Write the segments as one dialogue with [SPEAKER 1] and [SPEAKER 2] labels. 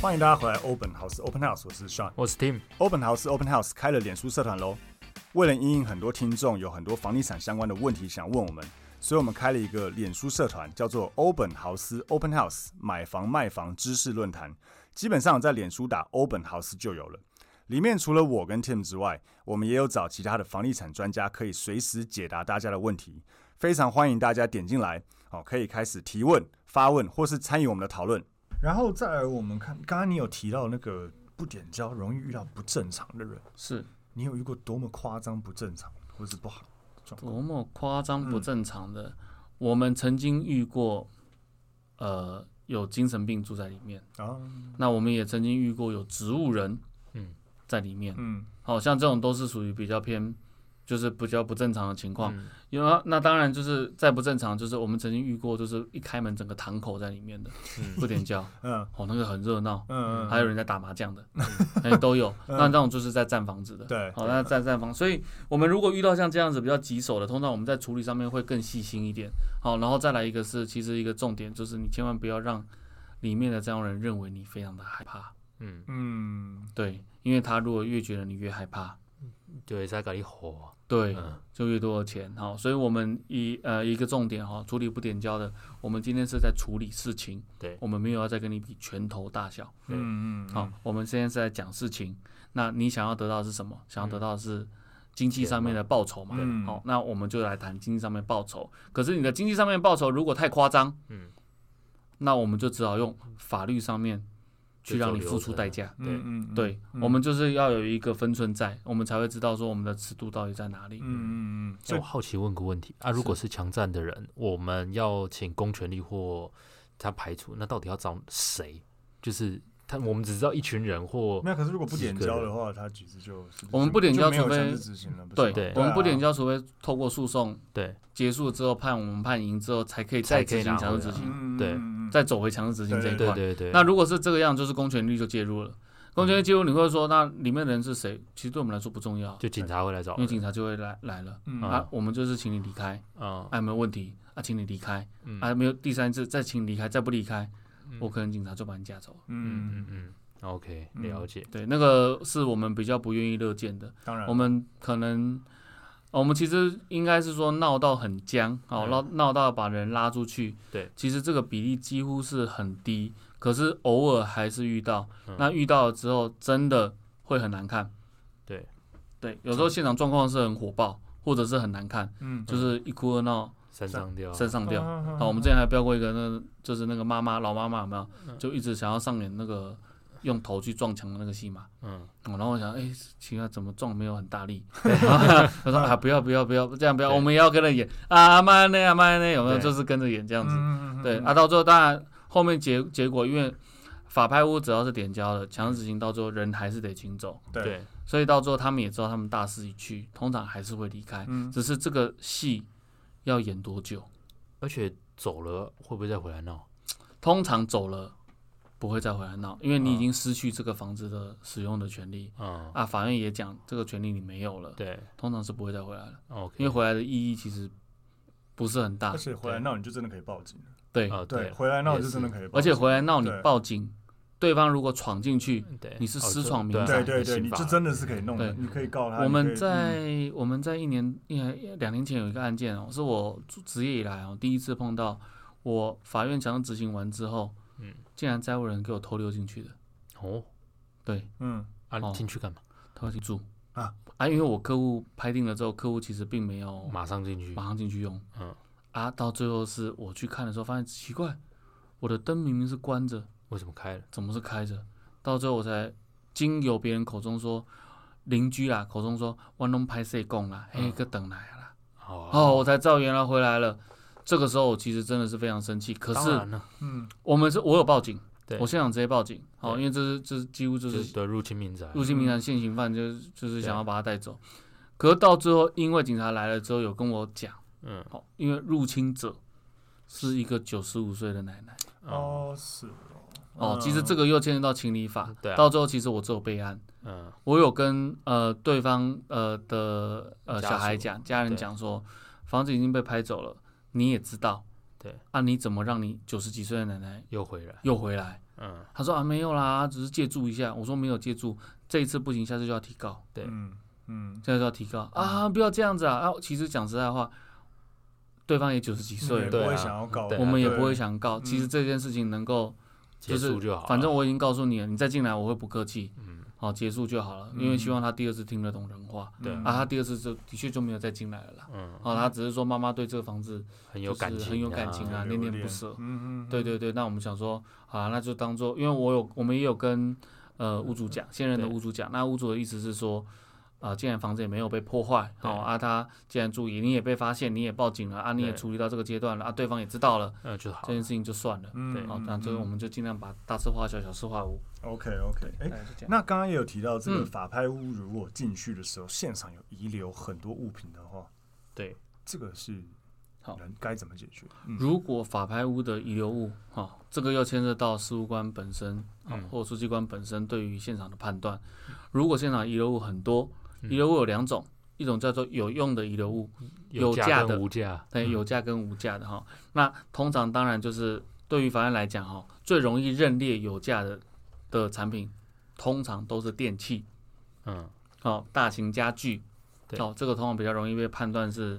[SPEAKER 1] 欢迎大家回来 Open House Open House，我是 Sean。
[SPEAKER 2] 我是 Tim，
[SPEAKER 1] Open House Open House 开了脸书社团喽。为了因应很多听众有很多房地产相关的问题想问我们，所以我们开了一个脸书社团，叫做 Open House Open House 买房卖房知识论坛。基本上在脸书打 Open House 就有了。里面除了我跟 Tim 之外，我们也有找其他的房地产专家，可以随时解答大家的问题。非常欢迎大家点进来，好，可以开始提问、发问，或是参与我们的讨论。然后再来，我们看，刚刚你有提到那个不点交容易遇到不正常的人，
[SPEAKER 2] 是
[SPEAKER 1] 你有遇过多么夸张不正常或是不好的状况？
[SPEAKER 2] 多么夸张不正常的。
[SPEAKER 3] 嗯
[SPEAKER 2] 我们曾经遇过，呃，有精神病住在里面，
[SPEAKER 1] 啊，
[SPEAKER 2] 那我们也曾经遇过有植物人，嗯，在里面，
[SPEAKER 1] 嗯，
[SPEAKER 2] 好、像这种都是属于比较偏，就是比较不正常的情况。因为那当然就是再不正常，就是我们曾经遇过，就是一开门整个堂口在里面的，不点交，
[SPEAKER 1] 嗯
[SPEAKER 2] 哦，那个很热闹，
[SPEAKER 1] 嗯
[SPEAKER 2] 还有人在打麻将的，哎、都有。那那种就是在占房子的，
[SPEAKER 1] 对
[SPEAKER 2] 好、那在占房，所以我们如果遇到像这样子比较棘手的，通常我们在处理上面会更细心一点。好，然后再来一个是，其实一个重点就是你千万不要让里面的这样人认为你非常的害怕，
[SPEAKER 3] 嗯，
[SPEAKER 1] 嗯，
[SPEAKER 2] 对，因为他如果越觉得你越害怕，
[SPEAKER 3] 对，在搞你火，
[SPEAKER 2] 对，
[SPEAKER 3] 嗯
[SPEAKER 2] 就越多的钱。好，所以我们一呃一个重点哈，处理不点交的，我们今天是在处理事情，
[SPEAKER 3] 对
[SPEAKER 2] 我们没有要再跟你比拳头大小。
[SPEAKER 1] 嗯嗯，
[SPEAKER 2] 好、我们现在是在讲事情，那你想要得到的是什么？想要得到的是经济上面的报酬嘛？好、
[SPEAKER 1] 嗯
[SPEAKER 2] 那我们就来谈经济上面报酬。可是你的经济上面报酬如果太夸张，
[SPEAKER 3] 嗯，
[SPEAKER 2] 那我们就只好用法律上面去
[SPEAKER 3] 就做
[SPEAKER 2] 让你
[SPEAKER 3] 流
[SPEAKER 2] 付出
[SPEAKER 3] 程
[SPEAKER 2] 代
[SPEAKER 3] 了
[SPEAKER 2] 价。
[SPEAKER 1] 嗯嗯，嗯，
[SPEAKER 2] 对、我们就是要有一个分寸在，我们才会知道说我们的尺度到底在哪里。
[SPEAKER 1] 嗯嗯嗯，
[SPEAKER 3] 那
[SPEAKER 1] 所以
[SPEAKER 3] 我好奇问个问题啊，如果是强占的人，我们要请公权力或他排除，那到底要找谁？就是他，我们只知道一群人或
[SPEAKER 1] 那可是如果不点交的话，他其实就是
[SPEAKER 2] 我们不点交
[SPEAKER 1] 就没有
[SPEAKER 2] 除非
[SPEAKER 1] 强制执行了，不是
[SPEAKER 2] 对，
[SPEAKER 1] 吗
[SPEAKER 3] 对
[SPEAKER 2] 我们不点
[SPEAKER 1] 啊
[SPEAKER 2] 交，除非透过诉讼
[SPEAKER 3] 对
[SPEAKER 2] 结束之后判我们判赢之后，才可以
[SPEAKER 3] 才
[SPEAKER 2] 再
[SPEAKER 3] 可以
[SPEAKER 2] 执行
[SPEAKER 3] 拿
[SPEAKER 2] 强
[SPEAKER 3] 回
[SPEAKER 2] 制执
[SPEAKER 3] 来
[SPEAKER 2] 行，
[SPEAKER 1] 嗯
[SPEAKER 3] 对，
[SPEAKER 1] 嗯嗯
[SPEAKER 2] 再走回强制执行这一
[SPEAKER 1] 对
[SPEAKER 2] 块
[SPEAKER 3] 对。对对，
[SPEAKER 2] 那如果是这个样，就是公权力就介入了。公权力介入，你会说那里面的人是
[SPEAKER 3] 嗯
[SPEAKER 2] 谁？其实对我们来说不重要，
[SPEAKER 3] 就警察会来找
[SPEAKER 2] 因为警察就会来来了。
[SPEAKER 1] 嗯
[SPEAKER 2] 啊，我们就是请你离开，
[SPEAKER 3] 啊，
[SPEAKER 2] 啊，有没有问题？啊，请你离开，
[SPEAKER 3] 嗯
[SPEAKER 2] 啊，没有第三次再请你离开，再不离开，
[SPEAKER 3] 嗯
[SPEAKER 2] 我可能警察就把你架走了。
[SPEAKER 3] 嗯
[SPEAKER 1] 嗯
[SPEAKER 3] 嗯嗯，OK，了解，
[SPEAKER 2] 对，那个是我们比较不愿意乐见的。
[SPEAKER 1] 当
[SPEAKER 3] 嗯
[SPEAKER 1] 然
[SPEAKER 2] 我们可能，呃我们其实应该是说闹到很僵，哦，
[SPEAKER 3] 嗯
[SPEAKER 2] 闹闹到把人拉出去。
[SPEAKER 3] 对，
[SPEAKER 2] 其实这个比例几乎是很低，可是偶尔还是遇到。
[SPEAKER 3] 嗯
[SPEAKER 2] 那遇到了之后，真的会很难看。
[SPEAKER 3] 对，
[SPEAKER 2] 对，有时候现场状况是很火爆，或者是很难看，
[SPEAKER 1] 嗯
[SPEAKER 2] 就是一哭二闹
[SPEAKER 3] 三
[SPEAKER 1] 三
[SPEAKER 3] 上吊，
[SPEAKER 2] 三上吊。
[SPEAKER 1] 啊
[SPEAKER 2] 啊，我们之前还标过一个，那就是那个妈妈老妈妈有没有，就一直想要上演那个用头去撞墙的那个戏嘛。
[SPEAKER 3] 嗯，
[SPEAKER 2] 哦然后我想，哎、奇怪，怎么撞没有很大力？他说啊，不要不要不要，这样不要，
[SPEAKER 3] 对
[SPEAKER 2] 我们也要跟着演啊，慢呢啊慢呢，有没有？
[SPEAKER 3] 对
[SPEAKER 2] 就是跟着演这样子。
[SPEAKER 1] 嗯
[SPEAKER 2] 对啊，到最后当然后面结结果，因为法拍屋只要是点交的，强制执行到最后人还是得请走，
[SPEAKER 1] 对，
[SPEAKER 3] 对，
[SPEAKER 2] 所以到最后他们也知道他们大势已去，通常还是会离开。
[SPEAKER 1] 嗯
[SPEAKER 2] 只是这个戏要演多久，
[SPEAKER 3] 而且走了会不会再回来闹？
[SPEAKER 2] 通常走了不会再回来闹，因为你已经失去这个房子的使用的权利
[SPEAKER 3] 嗯，
[SPEAKER 2] 啊。法院也讲这个权利你没有了，
[SPEAKER 3] 对
[SPEAKER 2] 通常是不会再回来了，
[SPEAKER 3] ，OK，
[SPEAKER 2] 因为回来的意义其实不是很大
[SPEAKER 1] 而。且回来闹你就真的可以报警了，
[SPEAKER 2] 对，
[SPEAKER 3] 啊
[SPEAKER 1] 对，
[SPEAKER 3] 对，
[SPEAKER 1] 回来闹就真的可以报
[SPEAKER 2] 而
[SPEAKER 1] 警，
[SPEAKER 2] 且回来闹你
[SPEAKER 1] 对
[SPEAKER 2] 报警，对方如果闯进去，
[SPEAKER 3] 对，
[SPEAKER 2] 你是
[SPEAKER 3] 哦
[SPEAKER 2] 私
[SPEAKER 3] 这
[SPEAKER 2] 闯民
[SPEAKER 3] 啊
[SPEAKER 2] 宅
[SPEAKER 1] 对对对，
[SPEAKER 3] 刑
[SPEAKER 1] 你
[SPEAKER 3] 法
[SPEAKER 1] 就真的是可以弄的，
[SPEAKER 2] 对
[SPEAKER 1] 你可以告他。
[SPEAKER 2] 我
[SPEAKER 1] 你可
[SPEAKER 2] 们
[SPEAKER 1] 以嗯
[SPEAKER 2] 在
[SPEAKER 3] 嗯
[SPEAKER 2] 我们在一年一年两年前有一个案件哦，是我职业以来哦第一次碰到，我法院强制执行完之后，
[SPEAKER 3] 嗯，
[SPEAKER 2] 竟然债务人给我偷溜进去的，
[SPEAKER 3] 哦
[SPEAKER 2] 对，
[SPEAKER 1] 嗯
[SPEAKER 3] 啊，
[SPEAKER 2] 哦
[SPEAKER 3] 你进去干嘛？
[SPEAKER 2] 偷溜进去住
[SPEAKER 1] 啊
[SPEAKER 2] 啊，因为我客户拍定了之后，客户其实并没有
[SPEAKER 3] 马上进去
[SPEAKER 2] 马，上进去用，
[SPEAKER 3] 嗯，
[SPEAKER 2] 啊，到最后是我去看的时候发现奇怪，我的灯明明是关着，
[SPEAKER 3] 为什么开了？
[SPEAKER 2] 怎么是开着？到最后我才经由别人口中说，邻居啦口中说“万隆拍谁供啦，嘿个等来啦”，
[SPEAKER 3] 啊哦，
[SPEAKER 2] 哦，我才知道原来回来了。这个时候我其实真的是非常生气，可
[SPEAKER 3] 当
[SPEAKER 2] 是
[SPEAKER 3] 然了，
[SPEAKER 4] 嗯，
[SPEAKER 2] 我们是我有报警，
[SPEAKER 3] 对
[SPEAKER 2] 我现场直接报警，好，
[SPEAKER 3] 对
[SPEAKER 2] 因为这是这是几乎就
[SPEAKER 3] 就是是对入侵民宅，
[SPEAKER 2] 入侵民宅现行犯，就是就是想要把他带走。可是到最后，因为警察来了之后有跟我讲，
[SPEAKER 3] 嗯，
[SPEAKER 2] 好，因为入侵者是一个九十五岁的奶奶，
[SPEAKER 3] 哦，
[SPEAKER 4] 哦是哦，
[SPEAKER 2] 哦，
[SPEAKER 4] 嗯
[SPEAKER 2] 其实这个又牵涉到情理法，
[SPEAKER 3] 对啊
[SPEAKER 2] 到最后其实我只有备案，
[SPEAKER 3] 嗯，
[SPEAKER 2] 我有跟呃对方呃的呃
[SPEAKER 3] 家
[SPEAKER 2] 小孩
[SPEAKER 3] 属
[SPEAKER 2] 讲，家人
[SPEAKER 3] 对
[SPEAKER 2] 讲说，房子已经被拍走了，你也知道，
[SPEAKER 3] 对，
[SPEAKER 2] 啊，你怎么让你九十几岁的奶奶
[SPEAKER 3] 又回来，
[SPEAKER 2] 又回来？
[SPEAKER 3] 嗯，
[SPEAKER 2] 他说啊没有啦，只是借住一下。我说没有借住，这一次不行，下次就要提告，
[SPEAKER 3] 对
[SPEAKER 1] 嗯嗯，
[SPEAKER 2] 下次就要提告啊，不要这样子啊啊！其实讲实在话，对方也九十几
[SPEAKER 1] 你
[SPEAKER 2] 岁
[SPEAKER 1] 也
[SPEAKER 2] 了，
[SPEAKER 1] 不
[SPEAKER 3] 对
[SPEAKER 1] 会
[SPEAKER 3] 啊
[SPEAKER 1] 想要搞，
[SPEAKER 3] 对啊
[SPEAKER 2] 我们也
[SPEAKER 1] 对
[SPEAKER 2] 不会想告。其实
[SPEAKER 1] 嗯
[SPEAKER 2] 这件事情能够
[SPEAKER 3] 结束就好了，
[SPEAKER 2] 反正我已经告诉你了，你再进来我会不客气，
[SPEAKER 3] 嗯，
[SPEAKER 2] 好结束就好了，因为希望他第二次听得懂人话。
[SPEAKER 3] 对
[SPEAKER 1] 嗯
[SPEAKER 2] 啊，他第二次就的确就没有再进来了啦。
[SPEAKER 3] 嗯，
[SPEAKER 2] 哦，他只是说妈妈对这个房子
[SPEAKER 3] 很有感
[SPEAKER 2] 就是
[SPEAKER 3] 情，
[SPEAKER 2] 很有感情啊
[SPEAKER 1] 有
[SPEAKER 2] 恋恋
[SPEAKER 1] 点
[SPEAKER 2] 不舍
[SPEAKER 1] 嗯嗯，嗯
[SPEAKER 2] 对，对对，那我们想说，好啊，那就当做，因为我有我们也有跟呃屋主讲，现任的
[SPEAKER 3] 对
[SPEAKER 2] 屋主讲，那屋主的意思是说，啊，既然房子也没有被破坏，
[SPEAKER 3] 对
[SPEAKER 2] 哦啊，他既然注意，你也被发现，你也报警了啊，你也
[SPEAKER 3] 对
[SPEAKER 2] 处理到这个阶段了啊，对方也知道了，
[SPEAKER 3] 嗯，就好
[SPEAKER 2] 这，件事情就算了。
[SPEAKER 1] 嗯
[SPEAKER 3] 对
[SPEAKER 2] 好，那最后我们就尽量把大事化小，小事化无。
[SPEAKER 1] OK OK，哎
[SPEAKER 2] 大，概是这样。
[SPEAKER 1] 那刚刚也有提到，这个
[SPEAKER 2] 嗯
[SPEAKER 1] 法拍屋如果进去的时候，现场有遗留很多物品的话，
[SPEAKER 3] 对，
[SPEAKER 1] 这个是
[SPEAKER 2] 好
[SPEAKER 1] 人该怎么解决？嗯
[SPEAKER 2] 如果法拍屋的遗留物，哈、这个又牵涉到事务官本身，啊
[SPEAKER 3] 嗯
[SPEAKER 2] 或书记官本身对于现场的判断。如果现场遗留物很多，
[SPEAKER 3] 嗯
[SPEAKER 2] 遗留物有两种，一种叫做有用的遗留物，有价
[SPEAKER 3] 价
[SPEAKER 2] 的
[SPEAKER 3] 跟无价，
[SPEAKER 2] 对，
[SPEAKER 3] 嗯
[SPEAKER 2] 有价跟无价的哈、那通常当然就是对于法院来讲，哈、最容易认列有价的的产品，通常都是电器，
[SPEAKER 3] 嗯，
[SPEAKER 2] 哦，大型家具，
[SPEAKER 3] 对
[SPEAKER 2] 哦，这个通常比较容易被判断是，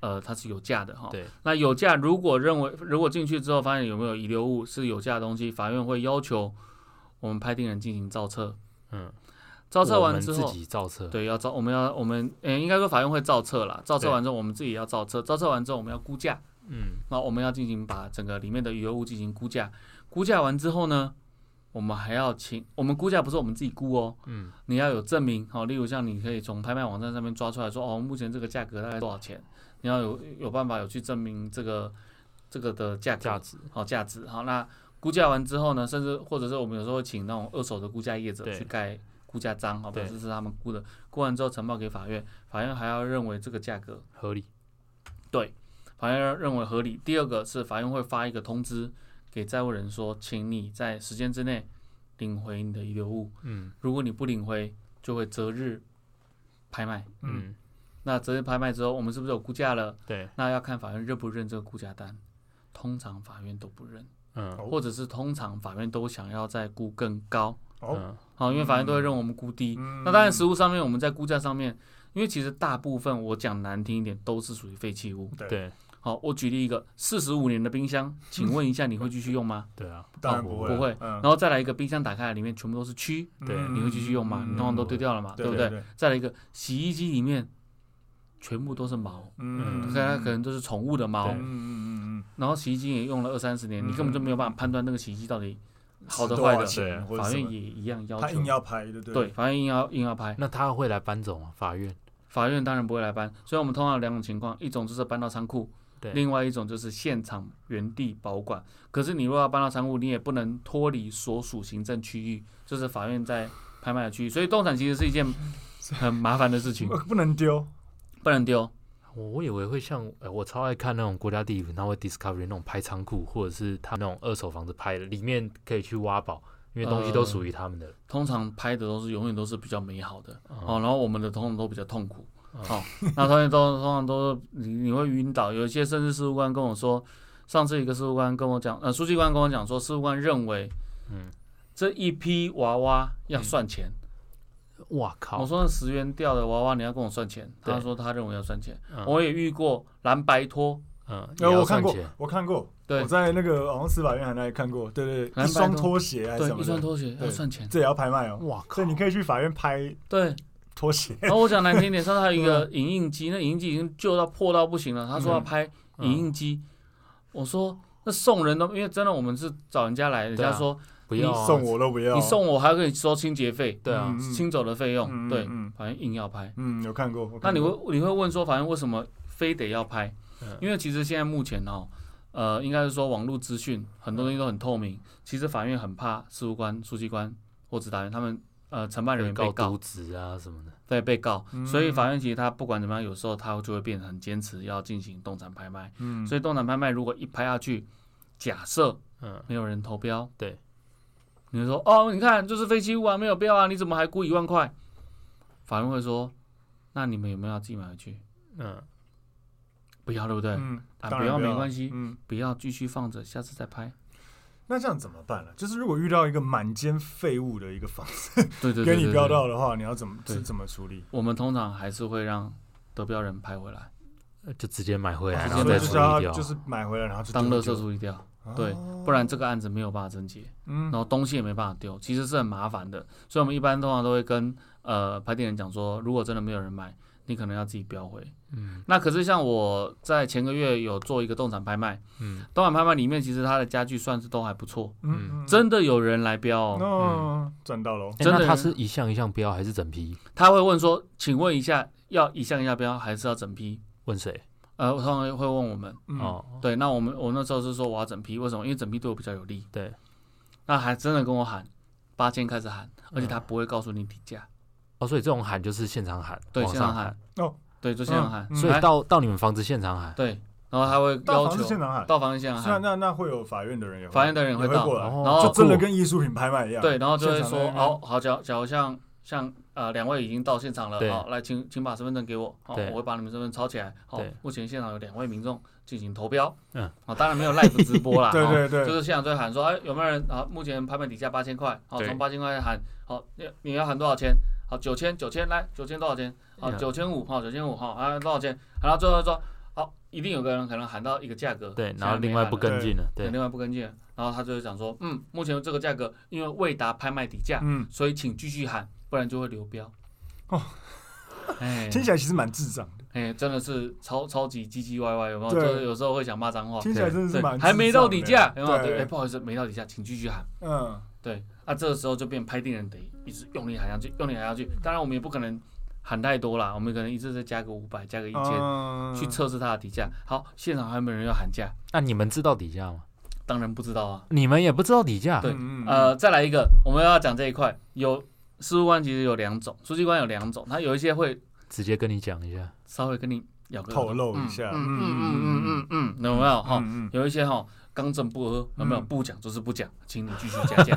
[SPEAKER 2] 呃，它是有价的哈、
[SPEAKER 3] 对，
[SPEAKER 2] 那有价如果认为如果进去之后发现有没有遗留物是有价的东西，法院会要求我们拍定人进行造册。
[SPEAKER 3] 嗯，
[SPEAKER 2] 造册
[SPEAKER 3] 我
[SPEAKER 2] 完
[SPEAKER 3] 们
[SPEAKER 2] 之
[SPEAKER 3] 自
[SPEAKER 2] 后，
[SPEAKER 3] 己造册，
[SPEAKER 2] 对，要造我们要我们嗯、应该说法院会造册啦。造册
[SPEAKER 3] 对
[SPEAKER 2] 完之后，我们自己也要造册。造册完之后，我们要估价。
[SPEAKER 3] 嗯，
[SPEAKER 2] 那我们要进行把整个里面的遗留物进行估价。估价完之后呢，我们还要请我们估价不是我们自己估哦，
[SPEAKER 3] 嗯，
[SPEAKER 2] 你要有证明哦，例如像你可以从拍卖网站上面抓出来说，哦，目前这个价格大概多少钱，你要有有办法有去证明这个这个的价格
[SPEAKER 3] 价值，
[SPEAKER 2] 好、价值好、那估价完之后呢，甚至或者是我们有时候会请那种二手的估价业者
[SPEAKER 3] 对
[SPEAKER 2] 去盖估价章，好、
[SPEAKER 3] 对
[SPEAKER 2] 表示是他们估的，估完之后呈报给法院，法院还要认为这个价格
[SPEAKER 3] 合理，
[SPEAKER 2] 法院认为合理。第二个是法院会发一个通知给债务人说，请你在时间之内领回你的遗留物，
[SPEAKER 3] 嗯
[SPEAKER 2] 如果你不领回，就会择日拍卖。
[SPEAKER 4] 嗯
[SPEAKER 3] 嗯，
[SPEAKER 2] 那择日拍卖之后，我们是不是有估价了？
[SPEAKER 3] 对，
[SPEAKER 2] 那要看法院认不认这个估价单。通常法院都不认，
[SPEAKER 3] 嗯，
[SPEAKER 1] 哦
[SPEAKER 2] 或者是通常法院都想要再估更高，
[SPEAKER 1] 哦，
[SPEAKER 3] 嗯，
[SPEAKER 2] 好，因为法院都会认为我们估低。
[SPEAKER 1] 嗯
[SPEAKER 2] 那当然，实物上面我们在估价上面，因为其实大部分我讲难听一点，都是属于废弃物。
[SPEAKER 1] 对，
[SPEAKER 3] 对，
[SPEAKER 2] 好，我举例一个四十五年的冰箱，请问一下你会继续 用吗？
[SPEAKER 3] 对啊，
[SPEAKER 1] 当然
[SPEAKER 3] 哦
[SPEAKER 1] 不
[SPEAKER 2] 不会
[SPEAKER 1] 会，嗯
[SPEAKER 2] 然，后再来一个冰箱打开来，里面全部都是蛆，
[SPEAKER 3] 对
[SPEAKER 1] 嗯
[SPEAKER 2] 你会继续用吗？你通常都丢掉了嘛，
[SPEAKER 1] 对
[SPEAKER 2] 不
[SPEAKER 1] 嗯对
[SPEAKER 2] 对？？再来一个洗衣机里面全部都是毛，
[SPEAKER 1] 嗯，
[SPEAKER 2] 可它可能都是宠物的毛
[SPEAKER 1] 嗯，嗯嗯嗯，
[SPEAKER 2] 然后洗衣机也用了二三十年，你根本就没有办法判断那个洗衣机到底好的
[SPEAKER 1] 值多
[SPEAKER 2] 坏
[SPEAKER 1] 少
[SPEAKER 2] 的。
[SPEAKER 1] 钱啊或者
[SPEAKER 2] 法
[SPEAKER 1] 什
[SPEAKER 2] 院
[SPEAKER 1] 么
[SPEAKER 2] 也一样要
[SPEAKER 1] 他
[SPEAKER 2] 求
[SPEAKER 1] 硬，要拍，对不对？
[SPEAKER 2] 对，法院硬要硬要拍，
[SPEAKER 3] 那他会来搬走吗？法院，
[SPEAKER 2] 法院当然不会来搬。所以我们通常有两种情况，一种就是搬到仓库，
[SPEAKER 3] 对
[SPEAKER 2] 另外一种就是现场原地保管。可是你如果要搬到仓库，你也不能脱离所属行政区域，就是法院在拍卖的区域。所以动产其实是一件很麻烦的事 情，
[SPEAKER 1] 呃不能丢，
[SPEAKER 2] 不能丢。
[SPEAKER 3] 我我以为会像，呃，我超爱看那种国家地理频道会 Discovery 那种拍仓库，或者是他那种二手房子拍的，里面可以去挖宝，因为东西都
[SPEAKER 2] 呃
[SPEAKER 3] 属于他们的。
[SPEAKER 2] 通常拍的都是永远都是比较美好的哦，
[SPEAKER 3] 哦，
[SPEAKER 2] 然后我们的通常都比较痛苦。
[SPEAKER 3] 嗯
[SPEAKER 2] 好、那通常都通常都你你会晕倒，有一些甚至事务官跟我说，上次一个事务官跟我讲，呃，书记官跟我讲说，事务官认为
[SPEAKER 3] 嗯，
[SPEAKER 2] 这一批娃娃要算钱。
[SPEAKER 3] 哇
[SPEAKER 2] 我
[SPEAKER 3] 靠，
[SPEAKER 2] 说那十元掉的娃娃你要跟我算钱，
[SPEAKER 3] 对
[SPEAKER 2] 他说他认为要算钱。
[SPEAKER 3] 嗯
[SPEAKER 2] 我也遇过蓝白拖，
[SPEAKER 3] 嗯，也
[SPEAKER 1] 呃，
[SPEAKER 3] 要
[SPEAKER 1] 我看
[SPEAKER 3] 算
[SPEAKER 1] 过
[SPEAKER 3] 钱，
[SPEAKER 1] 我看过，
[SPEAKER 2] 对
[SPEAKER 1] 我在那个好像司法院还那里看过，对对对，
[SPEAKER 2] 蓝
[SPEAKER 1] 一
[SPEAKER 2] 白
[SPEAKER 1] 双
[SPEAKER 2] 拖
[SPEAKER 1] 拖鞋还是
[SPEAKER 2] 对
[SPEAKER 1] 什，
[SPEAKER 2] 一
[SPEAKER 1] 么
[SPEAKER 2] 双
[SPEAKER 1] 的，
[SPEAKER 2] 拖鞋要
[SPEAKER 1] 对
[SPEAKER 2] 算钱，
[SPEAKER 1] 这也要拍卖哦，
[SPEAKER 3] 哇靠
[SPEAKER 1] 所以，你可以去法院拍
[SPEAKER 2] 对。
[SPEAKER 1] 拖鞋，
[SPEAKER 2] 然后我讲难听一点，上次还有一个影印机，那影印机已经旧到破到不行了，他说要拍
[SPEAKER 3] 嗯嗯
[SPEAKER 2] 影印机，我说那送人都，因为真的我们是找人家来，人
[SPEAKER 3] 对啊
[SPEAKER 2] 家说
[SPEAKER 3] 不要啊
[SPEAKER 1] 送我都不要，
[SPEAKER 2] 哦你送我还要跟你收清洁费，
[SPEAKER 3] 对啊
[SPEAKER 1] 嗯，
[SPEAKER 2] 清走的费用，
[SPEAKER 1] 嗯
[SPEAKER 2] 对
[SPEAKER 1] 嗯嗯，
[SPEAKER 2] 反正硬要拍。
[SPEAKER 1] 嗯，有看过。我
[SPEAKER 2] 那
[SPEAKER 1] 看
[SPEAKER 2] 你
[SPEAKER 1] 过
[SPEAKER 2] 会你会问说，反正为什么非得要拍
[SPEAKER 3] 嗯？
[SPEAKER 2] 因为其实现在目前哦，呃，应该是说网络资讯很多东西都很透明，其实法院很怕事务官、书记官或指导员他们呃承办人员被
[SPEAKER 3] 告
[SPEAKER 2] 告
[SPEAKER 3] 渎，职啊什么的，
[SPEAKER 2] 对被告，所
[SPEAKER 1] 嗯
[SPEAKER 2] 以法院其实他不管怎么样，有时候他就会变得很坚持要进行动产拍卖。
[SPEAKER 1] 嗯
[SPEAKER 2] 所以动产拍卖如果一拍下去，假设
[SPEAKER 3] 嗯，
[SPEAKER 2] 没有人投标，
[SPEAKER 3] 对，
[SPEAKER 2] 你就说哦，你看就是废弃物啊，没有标啊，你怎么还估一万块？法院会说，那你们有没有要自己买回去？
[SPEAKER 3] 嗯，
[SPEAKER 2] 不要，对不对？
[SPEAKER 1] 嗯，
[SPEAKER 2] 啊
[SPEAKER 1] 当
[SPEAKER 2] 不
[SPEAKER 1] 然
[SPEAKER 2] 要
[SPEAKER 1] 不
[SPEAKER 2] 没
[SPEAKER 1] 要
[SPEAKER 2] 关系
[SPEAKER 1] 嗯，
[SPEAKER 2] 不要继续放着，下次再拍。
[SPEAKER 1] 那这样怎么办呢？啊就是如果遇到一个满间废物的一个房子
[SPEAKER 2] 对对
[SPEAKER 1] 给
[SPEAKER 2] 对
[SPEAKER 1] 你
[SPEAKER 2] 对
[SPEAKER 1] 标
[SPEAKER 2] 对
[SPEAKER 1] 到的话，你要怎么
[SPEAKER 2] 对
[SPEAKER 1] 是怎么处理？
[SPEAKER 2] 我们通常还是会让得标人拍回来，
[SPEAKER 3] 呃就直接买回来，
[SPEAKER 2] 直
[SPEAKER 3] 然
[SPEAKER 2] 接
[SPEAKER 1] 所
[SPEAKER 3] 后再
[SPEAKER 1] 以
[SPEAKER 3] 处
[SPEAKER 1] 就
[SPEAKER 3] 理
[SPEAKER 1] 是要
[SPEAKER 3] 掉，
[SPEAKER 1] 就是买回来，然后就
[SPEAKER 2] 当
[SPEAKER 1] 丢一
[SPEAKER 2] 垃
[SPEAKER 1] 丢哦
[SPEAKER 2] 圾处理掉。对，不然这个案子没有办法侦结，
[SPEAKER 1] 嗯
[SPEAKER 2] 然后东西也没办法丢，其实是很麻烦的。所以我们一般通常都会跟呃拍店人讲说，如果真的没有人买，你可能要自己标回。
[SPEAKER 3] 嗯
[SPEAKER 2] 那可是像我在前个月有做一个动产拍卖，
[SPEAKER 3] 嗯
[SPEAKER 2] 动产拍卖里面其实它的家具算是都还不错，
[SPEAKER 1] 嗯，
[SPEAKER 2] 真的有人来标哦，
[SPEAKER 1] 那赚到喽。
[SPEAKER 3] 诶
[SPEAKER 2] 真的
[SPEAKER 3] 那他
[SPEAKER 2] 有
[SPEAKER 3] 是一项一项标还是整批？
[SPEAKER 2] 他会问说，请问一下要一项一项标还是要整批？
[SPEAKER 3] 问谁？
[SPEAKER 2] 呃，通常会问我们，
[SPEAKER 1] 嗯，
[SPEAKER 3] 哦，
[SPEAKER 2] 对，那我们我那时候是说我要整批，为什么？因为整批对我比较有利。
[SPEAKER 3] 对，
[SPEAKER 2] 那还真的跟我喊八千开始喊，而且他不会告诉你底价，
[SPEAKER 3] 哦，所以这种喊就是现场喊，
[SPEAKER 2] 对，
[SPEAKER 3] 往
[SPEAKER 2] 现
[SPEAKER 3] 上
[SPEAKER 2] 场喊，
[SPEAKER 1] 哦，
[SPEAKER 2] 对，就现场喊，
[SPEAKER 1] 嗯
[SPEAKER 3] 所以到到你们房子现场喊，
[SPEAKER 2] 对，然后他会
[SPEAKER 1] 到
[SPEAKER 2] 要
[SPEAKER 1] 房子现
[SPEAKER 2] 求
[SPEAKER 1] 场喊，
[SPEAKER 2] 到房间现场
[SPEAKER 1] 是啊，
[SPEAKER 2] 喊，
[SPEAKER 1] 那那会有法院的人也会，
[SPEAKER 2] 法院的人
[SPEAKER 1] 也
[SPEAKER 2] 会
[SPEAKER 1] 会
[SPEAKER 2] 到
[SPEAKER 1] 过来，
[SPEAKER 3] 哦
[SPEAKER 2] 然后
[SPEAKER 1] 就真的
[SPEAKER 3] 酷
[SPEAKER 1] 跟艺术品拍卖一样。
[SPEAKER 2] 对，然后就会
[SPEAKER 1] 现场
[SPEAKER 2] 说，
[SPEAKER 1] 在那边
[SPEAKER 2] 哦，好，假假如像像呃两位已经到现场了，
[SPEAKER 3] 对
[SPEAKER 2] 好，来请请把身份证给我，好，
[SPEAKER 3] 对
[SPEAKER 2] 我会把你们身份抄起来，好
[SPEAKER 3] 对，
[SPEAKER 2] 目前现场有两位民众进行投标，
[SPEAKER 3] 嗯，
[SPEAKER 2] 啊，当然没有 live 直播啦，
[SPEAKER 1] 对
[SPEAKER 2] 哦
[SPEAKER 1] 对对
[SPEAKER 2] 就是现场就会喊说，哎，有没有人啊？目前拍卖底价八千块，好，
[SPEAKER 3] 对
[SPEAKER 2] 从八千块喊，好，你你要喊多少钱？好，九千，九千，来，九千多少钱？好，
[SPEAKER 3] 嗯
[SPEAKER 2] 九千五，好，九千五，好，啊，多少钱？然后最后说，好，一定有个人可能喊到一个价格，
[SPEAKER 3] 对，
[SPEAKER 2] 现在
[SPEAKER 3] 然后另外
[SPEAKER 2] 没喊
[SPEAKER 3] 不
[SPEAKER 2] 了
[SPEAKER 3] 跟进了，
[SPEAKER 2] 对，
[SPEAKER 3] 对，
[SPEAKER 2] 另外不跟进了，然后他就会讲说，嗯，目前这个价格因为未达拍卖底价，
[SPEAKER 1] 嗯，
[SPEAKER 2] 所以请继续喊，不然就会流标。
[SPEAKER 1] 哦，
[SPEAKER 2] 哎，
[SPEAKER 1] 听起来其实蛮智障的，
[SPEAKER 2] 哎，真的是超超级唧唧歪歪，有没有？
[SPEAKER 1] 对
[SPEAKER 2] 就是有时候会想骂脏话，
[SPEAKER 1] 听起来真的是
[SPEAKER 2] 哦对
[SPEAKER 1] 蛮，
[SPEAKER 2] 还没到底价，有没有？对，哎，
[SPEAKER 1] 对，
[SPEAKER 2] 不好意思，没到底价，请继续喊。
[SPEAKER 1] 嗯，
[SPEAKER 2] 对，啊，这个时候就变拍定人得一直用力喊下去，用力喊下去。当然，我们也不可能喊太多啦，我们可能一次再加个五百，加个一千，
[SPEAKER 1] 嗯
[SPEAKER 2] 去测试它的底价。好，现场还有没有人要喊价？
[SPEAKER 3] 那你们知道底价吗？
[SPEAKER 2] 当然不知道啊。
[SPEAKER 3] 你们也不知道底价，
[SPEAKER 2] 对
[SPEAKER 1] 嗯嗯
[SPEAKER 2] 呃，再来一个，我们要讲这一块，有事务官其实有两种，书记官有两种，他有一些会
[SPEAKER 3] 直接跟你讲一下，
[SPEAKER 2] 稍微跟你咬个
[SPEAKER 1] 透露一下
[SPEAKER 2] 嗯嗯嗯嗯嗯嗯，有没有哈？
[SPEAKER 1] 嗯
[SPEAKER 2] 有一些哈刚正不阿，有没有
[SPEAKER 1] 嗯
[SPEAKER 2] 不讲就是不讲，请你继续加价。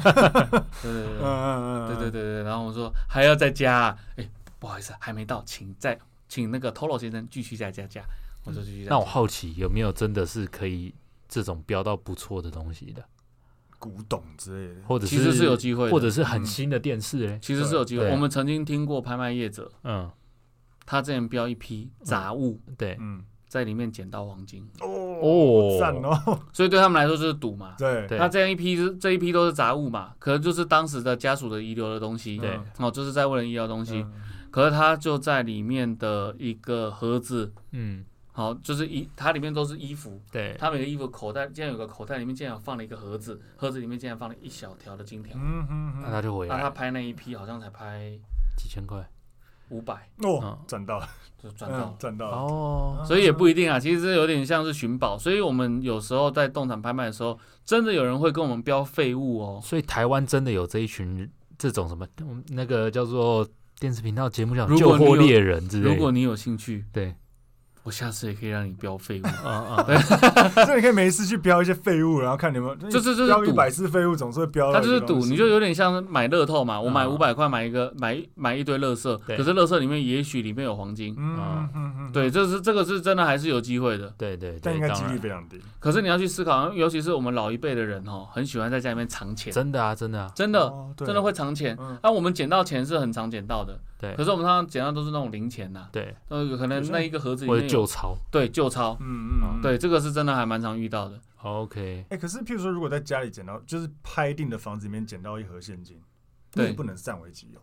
[SPEAKER 2] 对对
[SPEAKER 1] 嗯
[SPEAKER 2] 对
[SPEAKER 1] 嗯
[SPEAKER 2] 对对对
[SPEAKER 1] 对，
[SPEAKER 2] 对，然后我说还要再加啊，哎，不好意思，还没到，请再请那个 Tolo 先生继续再加价，我说继续再
[SPEAKER 3] 那我
[SPEAKER 2] 加
[SPEAKER 3] 好奇有没有真的是可以这种标到不错的东西的，
[SPEAKER 1] 古董之类的，
[SPEAKER 3] 或者
[SPEAKER 2] 其实是有机会的，
[SPEAKER 3] 或者是很新的电视嘞，
[SPEAKER 2] 其实是有机会。
[SPEAKER 3] 对
[SPEAKER 2] 我们曾经听过拍卖业者，
[SPEAKER 3] 嗯，
[SPEAKER 2] 他之前标一批杂物，
[SPEAKER 3] 对，
[SPEAKER 1] 嗯，
[SPEAKER 2] 在里面捡到黄金。
[SPEAKER 3] 哦
[SPEAKER 1] 赞哦，
[SPEAKER 2] 所以对他们来说就是赌嘛。
[SPEAKER 1] 对，
[SPEAKER 3] 对
[SPEAKER 2] 那这样一批是这一批都是杂物嘛，可能就是当时的家属的遗留的东西，
[SPEAKER 3] 对
[SPEAKER 1] 嗯
[SPEAKER 2] 哦，就是在为人遗留的东西。
[SPEAKER 1] 嗯
[SPEAKER 2] 可是它就在里面的一个盒子，
[SPEAKER 3] 嗯，
[SPEAKER 2] 好、就是衣，它里面都是衣服，
[SPEAKER 3] 对，
[SPEAKER 2] 它每个衣服口袋竟然有个口袋，里面竟然有放了一个盒子，盒子里面竟然放了一小条的金条。
[SPEAKER 1] 嗯嗯
[SPEAKER 3] 那
[SPEAKER 1] 嗯，
[SPEAKER 3] 他就回
[SPEAKER 2] 那
[SPEAKER 3] 来
[SPEAKER 2] 他
[SPEAKER 3] 了
[SPEAKER 2] 拍那一批好像才拍
[SPEAKER 3] 几千块，
[SPEAKER 2] 五百，
[SPEAKER 1] 哦
[SPEAKER 3] 嗯，
[SPEAKER 1] 赚到了，
[SPEAKER 2] 就赚到
[SPEAKER 1] 嗯，
[SPEAKER 2] 了。
[SPEAKER 1] 赚到了，
[SPEAKER 3] 哦，
[SPEAKER 2] 所以也不一定啊，其实有点像是寻宝，所以我们有时候在动产拍卖的时候，真的有人会跟我们标废物哦，
[SPEAKER 3] 所以台湾真的有这一群这种什么，我们那个叫做电视频道节目叫
[SPEAKER 2] 如
[SPEAKER 3] 救
[SPEAKER 2] 果你
[SPEAKER 3] 火
[SPEAKER 2] 有
[SPEAKER 3] 猎人之类的，
[SPEAKER 2] 如果你有兴趣，
[SPEAKER 3] 对，
[SPEAKER 2] 我下次也可以让你标废物。
[SPEAKER 3] 啊啊，
[SPEAKER 1] 所以你可以每一次去标一些废物，然后看你们
[SPEAKER 2] 这这这是
[SPEAKER 1] 标一
[SPEAKER 2] 赌
[SPEAKER 1] 百次废物，总是会标
[SPEAKER 2] 他
[SPEAKER 1] 到一
[SPEAKER 2] 就
[SPEAKER 1] 个
[SPEAKER 2] 是
[SPEAKER 1] 东西，
[SPEAKER 2] 赌，你就有点像是买乐透嘛，我买
[SPEAKER 3] 嗯
[SPEAKER 2] 五百块买一个买一买一堆乐色，
[SPEAKER 3] 对
[SPEAKER 2] 可是乐色里面也许里面有黄金。
[SPEAKER 1] 嗯
[SPEAKER 3] 啊
[SPEAKER 1] 嗯嗯嗯，
[SPEAKER 2] 对，这是这个是真的还是有机会的，
[SPEAKER 3] 对对
[SPEAKER 1] 但应，
[SPEAKER 3] 对
[SPEAKER 1] 该几
[SPEAKER 3] 当
[SPEAKER 1] 率
[SPEAKER 3] 然，
[SPEAKER 1] 非常低，
[SPEAKER 2] 可是你要去思考，尤其是我们老一辈的人哦，很喜欢在家里面藏钱，
[SPEAKER 3] 真的啊，真的啊，
[SPEAKER 2] 真的
[SPEAKER 1] 哦
[SPEAKER 2] 真的，会藏钱
[SPEAKER 1] 对。嗯
[SPEAKER 2] 啊，我们捡到钱是很常捡到的，
[SPEAKER 3] 对
[SPEAKER 2] 可是我们通常捡到都是那种零钱呐，
[SPEAKER 3] 对，
[SPEAKER 2] 呃，可能那一个盒子里
[SPEAKER 3] 或者
[SPEAKER 2] 面有
[SPEAKER 3] 旧钞
[SPEAKER 2] 对旧钞，
[SPEAKER 1] 嗯嗯，嗯。
[SPEAKER 2] 啊对，这个是真的还蛮常遇到的。
[SPEAKER 3] ，OK，
[SPEAKER 1] 哎、可是譬如说，如果在家里捡到，就是拍定的房子里面捡到一盒现金，那也
[SPEAKER 2] 对
[SPEAKER 1] 不能占为己有。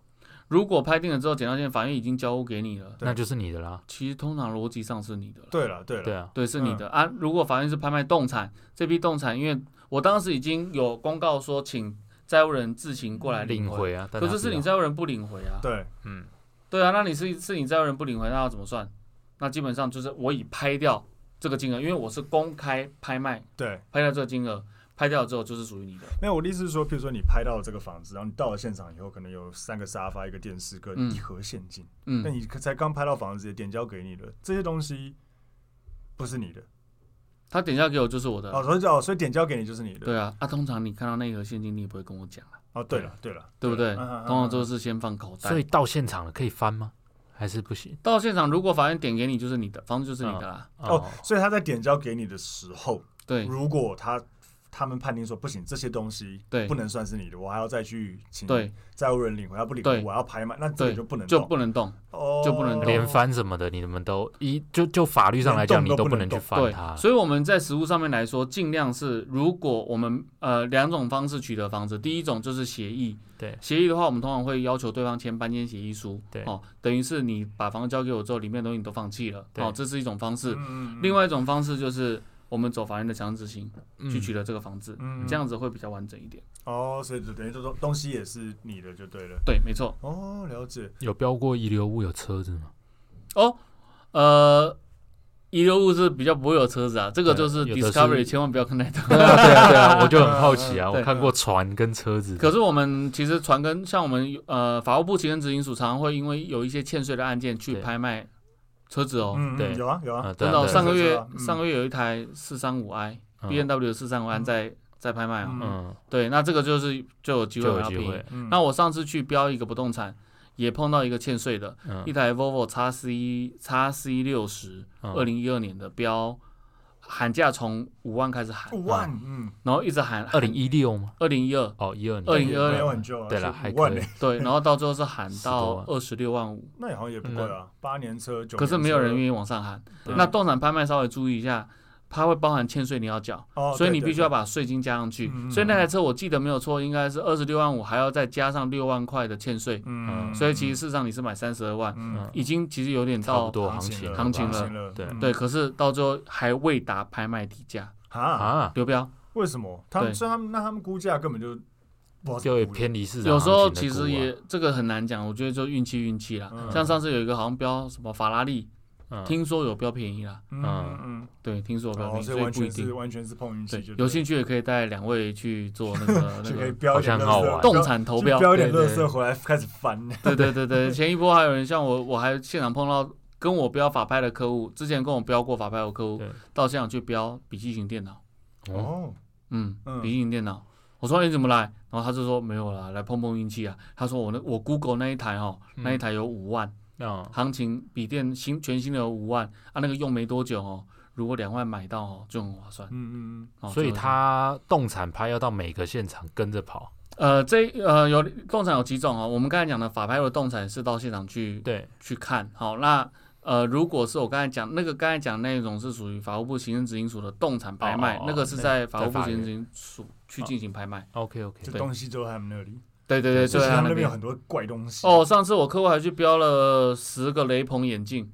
[SPEAKER 2] 如果拍定了之后捡到钱，法院已经交屋给你了，
[SPEAKER 1] 对
[SPEAKER 3] 那就是你的啦，
[SPEAKER 2] 其实通常逻辑上是你的了。
[SPEAKER 1] 对了，对了，
[SPEAKER 3] 对啊，
[SPEAKER 2] 对，是你的、啊。如果法院是拍卖动产，这批动产，因为我当时已经有公告说，请债务人自行过来领
[SPEAKER 3] 领
[SPEAKER 2] 回。
[SPEAKER 3] 回啊，但
[SPEAKER 2] 可
[SPEAKER 3] 他
[SPEAKER 2] 是
[SPEAKER 3] 不
[SPEAKER 2] 是你
[SPEAKER 3] 要
[SPEAKER 2] 债务人不领回啊，
[SPEAKER 1] 对，
[SPEAKER 3] 嗯
[SPEAKER 2] 对啊，那你是是你债务人不领回，那要怎么算？那基本上就是我已拍掉这个金额，因为我是公开拍卖，
[SPEAKER 1] 对，
[SPEAKER 2] 拍掉这个金额，拍掉之后就是属于你的。
[SPEAKER 1] 没有，我的意思是说，譬如说你拍到了这个房子，然后你到了现场以后，可能有三个沙发、一个电视跟
[SPEAKER 2] 嗯
[SPEAKER 1] 一盒现金，那、
[SPEAKER 2] 嗯，
[SPEAKER 1] 你才刚拍到房子，点交给你的这些东西不是你的，
[SPEAKER 2] 他点下给我就是我的啊。
[SPEAKER 1] 哦，所以哦，所以点交给你就是你的，
[SPEAKER 2] 对啊，啊，通常你看到那一盒现金，你也不会跟我讲啊，
[SPEAKER 1] 哦，对了，对了，
[SPEAKER 2] 对不对？
[SPEAKER 1] 嗯
[SPEAKER 3] 啊
[SPEAKER 1] 嗯嗯
[SPEAKER 2] 通常都是先放口袋。
[SPEAKER 3] 所以到现场了可以翻吗？还是不行？
[SPEAKER 2] 到现场，如果法院点给你，就是你的，房子就是你的啦。
[SPEAKER 1] 哦，所以他在点交给你的时候，
[SPEAKER 2] 对
[SPEAKER 1] 如果他他们判定说不行，这些东西
[SPEAKER 2] 对
[SPEAKER 1] 不能算是你的，我还要再去请
[SPEAKER 2] 对，
[SPEAKER 1] 债务人领回，他不领
[SPEAKER 2] 对
[SPEAKER 1] 回，我要拍卖，那这个
[SPEAKER 2] 对
[SPEAKER 1] 就不能
[SPEAKER 2] 就
[SPEAKER 1] 动
[SPEAKER 2] 不能动。
[SPEAKER 1] 哦
[SPEAKER 2] 就不能动
[SPEAKER 3] 连翻什么的，你们都一就就法律上来讲，
[SPEAKER 1] 连动都
[SPEAKER 3] 你都
[SPEAKER 1] 不
[SPEAKER 3] 不
[SPEAKER 1] 能
[SPEAKER 3] 能去
[SPEAKER 1] 动
[SPEAKER 3] 翻
[SPEAKER 2] 对
[SPEAKER 3] 它，。
[SPEAKER 2] 所以我们在实物上面来说，尽量是如果我们呃两种方式取得房子，第一种就是协议，
[SPEAKER 3] 对
[SPEAKER 2] 协议的话，我们通常会要求对方签搬迁协议书，
[SPEAKER 3] 对
[SPEAKER 2] 哦，等于是你把房子交给我之后，里面的东西你都放弃了，
[SPEAKER 3] 对
[SPEAKER 2] 哦，这是一种方式。
[SPEAKER 1] 嗯
[SPEAKER 2] 另外一种方式就是我们走法院的强制执行去取
[SPEAKER 3] 嗯
[SPEAKER 2] 得这个房子，
[SPEAKER 1] 嗯
[SPEAKER 2] 这样子会比较完整一点。
[SPEAKER 1] 哦，所以就等于这东东西也是你的就对了。
[SPEAKER 2] 对，没错。
[SPEAKER 1] 哦，了解。
[SPEAKER 3] 有标过遗留物有车子吗？
[SPEAKER 2] 哦，呃，遗留物是比较不会有车子啊，这个
[SPEAKER 3] 对
[SPEAKER 2] 就是
[SPEAKER 3] 有的是
[SPEAKER 2] Discovery 千万不要看太多。
[SPEAKER 3] 对啊，对啊，对啊，我就很好奇啊，
[SPEAKER 2] 对
[SPEAKER 3] 我看过船跟车子的，
[SPEAKER 2] 可是我们其实船跟像我们呃法务部旗跟执行署常常会因为有一些欠税的案件去
[SPEAKER 3] 对
[SPEAKER 2] 拍卖车子哦。
[SPEAKER 1] 嗯，嗯
[SPEAKER 3] 对
[SPEAKER 1] 有啊有啊。
[SPEAKER 3] 啊，对
[SPEAKER 2] 真
[SPEAKER 3] 啊
[SPEAKER 2] 的哦、
[SPEAKER 3] 对啊
[SPEAKER 2] 上个
[SPEAKER 1] 对
[SPEAKER 2] 月
[SPEAKER 1] 啊嗯
[SPEAKER 2] 上个月有一台四三五 i
[SPEAKER 3] 嗯
[SPEAKER 2] B N W 四三五 i 在在拍卖哦。
[SPEAKER 3] 嗯，
[SPEAKER 2] 对，那这个就是就有机
[SPEAKER 3] 就有
[SPEAKER 2] 会买到
[SPEAKER 3] 机
[SPEAKER 2] 便宜
[SPEAKER 3] 会。
[SPEAKER 1] 嗯
[SPEAKER 2] 那我上次去标一个不动产，也碰到一个欠税的，
[SPEAKER 3] 嗯
[SPEAKER 1] 啊
[SPEAKER 2] 一台 Volvo x C x C 六十，
[SPEAKER 1] 啊
[SPEAKER 3] 嗯
[SPEAKER 2] 二零一二年的标，喊价从五万开始喊，
[SPEAKER 1] 五
[SPEAKER 3] 啊
[SPEAKER 1] 万，嗯，
[SPEAKER 2] 然后一直喊
[SPEAKER 3] 二零一六吗？
[SPEAKER 2] 二零一二，
[SPEAKER 3] 哦，一二年，
[SPEAKER 2] 2012
[SPEAKER 1] 没有很旧啊。
[SPEAKER 3] 对啦
[SPEAKER 1] 是
[SPEAKER 3] 还
[SPEAKER 1] 五万
[SPEAKER 3] 可以
[SPEAKER 1] 呢，
[SPEAKER 2] 对，然后到最后是喊
[SPEAKER 3] 十多
[SPEAKER 2] 到
[SPEAKER 3] 万
[SPEAKER 2] 二十六万五，
[SPEAKER 1] 那也好像也不贵啊，八年车九。
[SPEAKER 2] 嗯可是没有人愿意往上喊。
[SPEAKER 1] 啊
[SPEAKER 3] 对
[SPEAKER 2] 那动产拍卖稍微注意一下，它会包含欠税你要缴，
[SPEAKER 1] 哦，
[SPEAKER 2] 所以
[SPEAKER 1] 对
[SPEAKER 2] 你
[SPEAKER 1] 对
[SPEAKER 2] 必须要
[SPEAKER 1] 对
[SPEAKER 2] 把税金加上去
[SPEAKER 1] 嗯嗯。
[SPEAKER 2] 所以那台车我记得没有错，应该是二十六万五，还要再加上六万块的欠税，
[SPEAKER 1] 嗯，
[SPEAKER 2] 所以其实事实上你是买三十二万，
[SPEAKER 1] 嗯
[SPEAKER 3] 嗯
[SPEAKER 2] 已经其实有点
[SPEAKER 3] 差不
[SPEAKER 2] 到
[SPEAKER 3] 多
[SPEAKER 1] 行
[SPEAKER 3] 行
[SPEAKER 1] 情
[SPEAKER 3] 情
[SPEAKER 1] 了
[SPEAKER 3] 了
[SPEAKER 2] 行情
[SPEAKER 3] 吧
[SPEAKER 2] 了
[SPEAKER 1] 行了，
[SPEAKER 3] 对
[SPEAKER 1] 嗯
[SPEAKER 2] 对，可是到最后还未达拍卖底价，
[SPEAKER 1] 啊，
[SPEAKER 3] 啊，
[SPEAKER 2] 流标。
[SPEAKER 1] 为什么？他们
[SPEAKER 2] 对
[SPEAKER 1] 所以他们那他们估价根本就不
[SPEAKER 3] 就
[SPEAKER 1] 也
[SPEAKER 3] 有偏离市场
[SPEAKER 2] 有
[SPEAKER 3] 行
[SPEAKER 2] 时
[SPEAKER 3] 情的
[SPEAKER 2] 候
[SPEAKER 3] 估啊，
[SPEAKER 2] 其实也这个很难讲，我觉得就运气运气啦。
[SPEAKER 1] 嗯
[SPEAKER 2] 像上次有一个好像标什么法拉利，
[SPEAKER 3] 嗯
[SPEAKER 2] 听说有标便宜啦，
[SPEAKER 1] 嗯嗯
[SPEAKER 2] 对，听说有
[SPEAKER 1] 嗯，
[SPEAKER 2] 标便
[SPEAKER 1] 哦，
[SPEAKER 2] 宜，
[SPEAKER 1] 所
[SPEAKER 2] 所
[SPEAKER 1] 以完
[SPEAKER 2] 以不一
[SPEAKER 1] 全是
[SPEAKER 2] 定。
[SPEAKER 1] 完全是碰运气，
[SPEAKER 2] 对
[SPEAKER 1] 就，
[SPEAKER 2] 有
[SPEAKER 1] 些
[SPEAKER 2] 兴趣也可以带两位去做 那个那
[SPEAKER 1] 就可以
[SPEAKER 2] 个，
[SPEAKER 1] 标一点
[SPEAKER 3] 好像很
[SPEAKER 1] 垃圾
[SPEAKER 3] 好玩
[SPEAKER 2] 动产投
[SPEAKER 1] 去
[SPEAKER 2] 标。
[SPEAKER 1] 标一点
[SPEAKER 3] 对
[SPEAKER 1] 垃
[SPEAKER 3] 对
[SPEAKER 1] 圾回来开始翻，
[SPEAKER 2] 对对对对，前一波还有人像我，我还现场碰到跟我标法拍的客户，之前跟我标过法拍的客户
[SPEAKER 3] 对，
[SPEAKER 2] 到现场去标笔记型电脑，
[SPEAKER 3] 哦，
[SPEAKER 1] 哦，
[SPEAKER 2] 嗯
[SPEAKER 1] 嗯，
[SPEAKER 2] 笔记型电脑。我说哎你怎么来？然后他就说没有啦，来碰碰运气啊。他说我那我 Google 那一台哦，那一台有五万。
[SPEAKER 3] 嗯
[SPEAKER 2] 行情笔电新全新的有五万啊，那个用没多久哦，如果两万买到哦，就很划算。
[SPEAKER 1] 嗯嗯
[SPEAKER 2] 哦、
[SPEAKER 3] 所以
[SPEAKER 2] 就很
[SPEAKER 3] 他动产拍要到每个现场跟着跑，
[SPEAKER 2] 呃这呃有动产有几种哦，我们刚才讲的法拍的动产是到现场去
[SPEAKER 3] 对，
[SPEAKER 2] 去看，好那。呃，如果是我刚才讲那个刚才讲那种是属于法务部行政执行署的动产拍卖，
[SPEAKER 3] 哦哦哦
[SPEAKER 2] 那个是
[SPEAKER 3] 那
[SPEAKER 2] 在法务部
[SPEAKER 3] 在法
[SPEAKER 2] 行
[SPEAKER 3] 院哦
[SPEAKER 2] 政执行署去进行拍卖。
[SPEAKER 3] OK OK，
[SPEAKER 1] 嗯，就
[SPEAKER 2] 对
[SPEAKER 1] 东西就在他们那里，
[SPEAKER 2] 对对对，
[SPEAKER 1] 就
[SPEAKER 2] 就是在
[SPEAKER 1] 他们
[SPEAKER 2] 那
[SPEAKER 1] 那边有很多怪东西
[SPEAKER 2] 哦，，上次我客户还去标了十个雷朋 眼镜，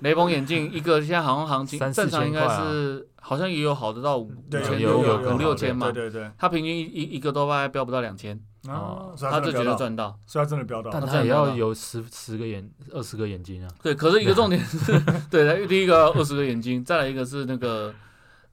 [SPEAKER 2] 雷朋眼镜一个现在好像行情
[SPEAKER 3] 三四
[SPEAKER 2] 正常应该
[SPEAKER 3] 千块啊
[SPEAKER 2] 是好像也有好的到五五
[SPEAKER 1] 对，
[SPEAKER 2] 千
[SPEAKER 3] 有
[SPEAKER 2] 多
[SPEAKER 3] 有
[SPEAKER 2] 五
[SPEAKER 3] 有
[SPEAKER 2] 六千嘛，
[SPEAKER 1] 对对对，
[SPEAKER 2] 他平均一一一个都大概标不到两千，
[SPEAKER 1] 哦
[SPEAKER 3] 哦，
[SPEAKER 1] 所以
[SPEAKER 2] 他就觉
[SPEAKER 1] 真的
[SPEAKER 2] 得
[SPEAKER 1] 飙到，
[SPEAKER 2] 赚到。
[SPEAKER 1] 所以他真的飙到，
[SPEAKER 3] 但
[SPEAKER 2] 他
[SPEAKER 3] 他也
[SPEAKER 2] 真的
[SPEAKER 3] 要
[SPEAKER 2] 吗
[SPEAKER 3] 有十十个眼二十个眼睛啊，
[SPEAKER 2] 对，可是一个重点是，对，第一个二十个眼睛，再来一个是那个，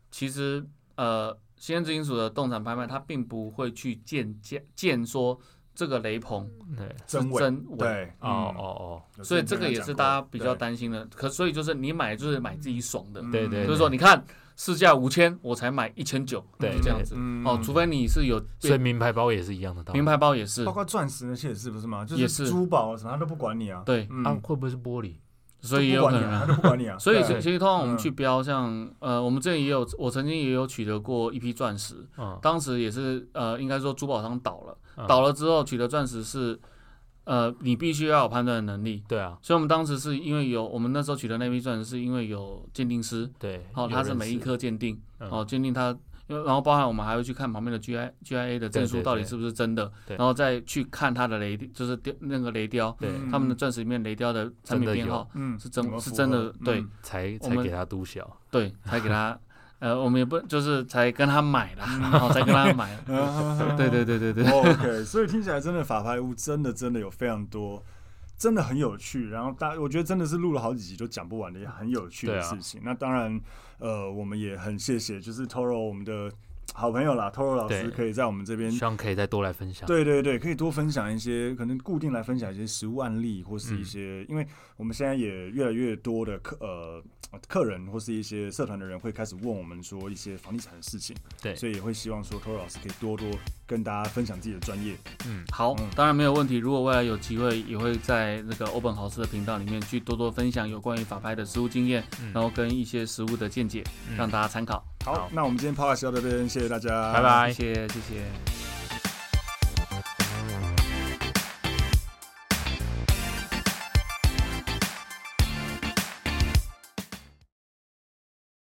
[SPEAKER 2] 其实呃，西安执行署的动产拍卖，它并不会去见见见说这个雷朋
[SPEAKER 3] 对，
[SPEAKER 2] 是
[SPEAKER 1] 真伪
[SPEAKER 2] 真伪。
[SPEAKER 1] 对，
[SPEAKER 3] 哦哦
[SPEAKER 1] 嗯
[SPEAKER 2] 所以这个也是大家比较
[SPEAKER 1] 对
[SPEAKER 2] 担心的，可所以就是你买就是买自己爽的，
[SPEAKER 1] 嗯
[SPEAKER 3] 哦，对对，
[SPEAKER 2] 就是
[SPEAKER 3] 对
[SPEAKER 2] 说，你看市价五千，我才买一千九，
[SPEAKER 3] 对
[SPEAKER 2] 就这样子。
[SPEAKER 1] 嗯
[SPEAKER 2] 哦，除非你是有
[SPEAKER 3] 所以名牌包也是一样的道理，
[SPEAKER 2] 名牌包也是
[SPEAKER 1] 包，括钻石那些也是不是嘛，就
[SPEAKER 2] 也
[SPEAKER 1] 是
[SPEAKER 2] 是
[SPEAKER 1] 珠宝什么他都不管你啊，
[SPEAKER 2] 对，
[SPEAKER 1] 嗯
[SPEAKER 3] 啊，会不会是玻璃？
[SPEAKER 2] 所以也有可能
[SPEAKER 1] 他
[SPEAKER 2] 啊。
[SPEAKER 1] 都不管你啊，
[SPEAKER 2] 所以
[SPEAKER 1] 对嗯
[SPEAKER 2] 其其实通常我们去标像呃，我们之前也有，我曾经也有取得过一批钻石，
[SPEAKER 3] 嗯，
[SPEAKER 2] 当时也是呃，应该说珠宝商倒了，
[SPEAKER 3] 嗯
[SPEAKER 2] 倒了之后取得钻石是呃，你必须要有判断的能力。
[SPEAKER 3] 对啊，
[SPEAKER 2] 所以我们当时是因为有我们那时候取得那批钻石，是因为有鉴定师，
[SPEAKER 3] 对，
[SPEAKER 2] 哦，
[SPEAKER 3] 有
[SPEAKER 2] 它是
[SPEAKER 3] 人
[SPEAKER 2] 每一颗鉴定，
[SPEAKER 3] 嗯
[SPEAKER 2] 哦，鉴定它，因为然后包含我们还会去看旁边的 G I G I A 的证
[SPEAKER 3] 对
[SPEAKER 2] 书
[SPEAKER 3] 对
[SPEAKER 2] 到底
[SPEAKER 3] 对
[SPEAKER 2] 是不是真的，
[SPEAKER 3] 对
[SPEAKER 2] 然后再去看它的雷，就是雕那个雷雕，
[SPEAKER 3] 对
[SPEAKER 1] 嗯
[SPEAKER 2] 他们的钻石里面雷雕的产
[SPEAKER 3] 真
[SPEAKER 2] 品
[SPEAKER 3] 的
[SPEAKER 2] 编
[SPEAKER 3] 有
[SPEAKER 2] 号
[SPEAKER 1] 嗯
[SPEAKER 2] 是真
[SPEAKER 1] 有没有
[SPEAKER 2] 是
[SPEAKER 1] 符合
[SPEAKER 2] 真的
[SPEAKER 1] 嗯
[SPEAKER 2] 对
[SPEAKER 3] 才
[SPEAKER 2] 我
[SPEAKER 3] 才
[SPEAKER 2] 们
[SPEAKER 3] 给他嘟小，
[SPEAKER 2] 对，才给它呃，我们也不就是才跟他买啦，
[SPEAKER 3] 嗯
[SPEAKER 2] 然后才跟他买。对对对对对，
[SPEAKER 1] 哦 OK，所以听起来真的法拍屋真的真的有非常多，真的很有趣。然后大，我觉得真的是录了好几集都讲不完的很有趣的
[SPEAKER 3] 对啊
[SPEAKER 1] 事情。那当然，呃，我们也很谢谢，就是 Toro 我们的好朋友啦，Toro 老师
[SPEAKER 3] 对
[SPEAKER 1] 可以在我们这边
[SPEAKER 3] 希望可以再多来分享。
[SPEAKER 1] 对对对，可以多分享一些，可能固定来分享一些实物案例，或
[SPEAKER 3] 嗯
[SPEAKER 1] 是一些，因为我们现在也越来越多的客呃客人或是一些社团的人会开始问我们说一些房地产的事情，
[SPEAKER 3] 对
[SPEAKER 1] 所以也会希望说 Toro 老师可以多多跟大家分享自己的专业。
[SPEAKER 3] 嗯
[SPEAKER 2] 好，当然没有问题。如果未来有机会，也会在那个欧本豪斯的频道里面去多多分享有关于法拍的实务经验，
[SPEAKER 3] 嗯
[SPEAKER 2] 然后跟一些实务的见解，让大家参考。
[SPEAKER 1] 好，那我们今天 podcast 就到这边，谢谢大家，
[SPEAKER 3] 拜拜
[SPEAKER 2] 谢谢，谢谢。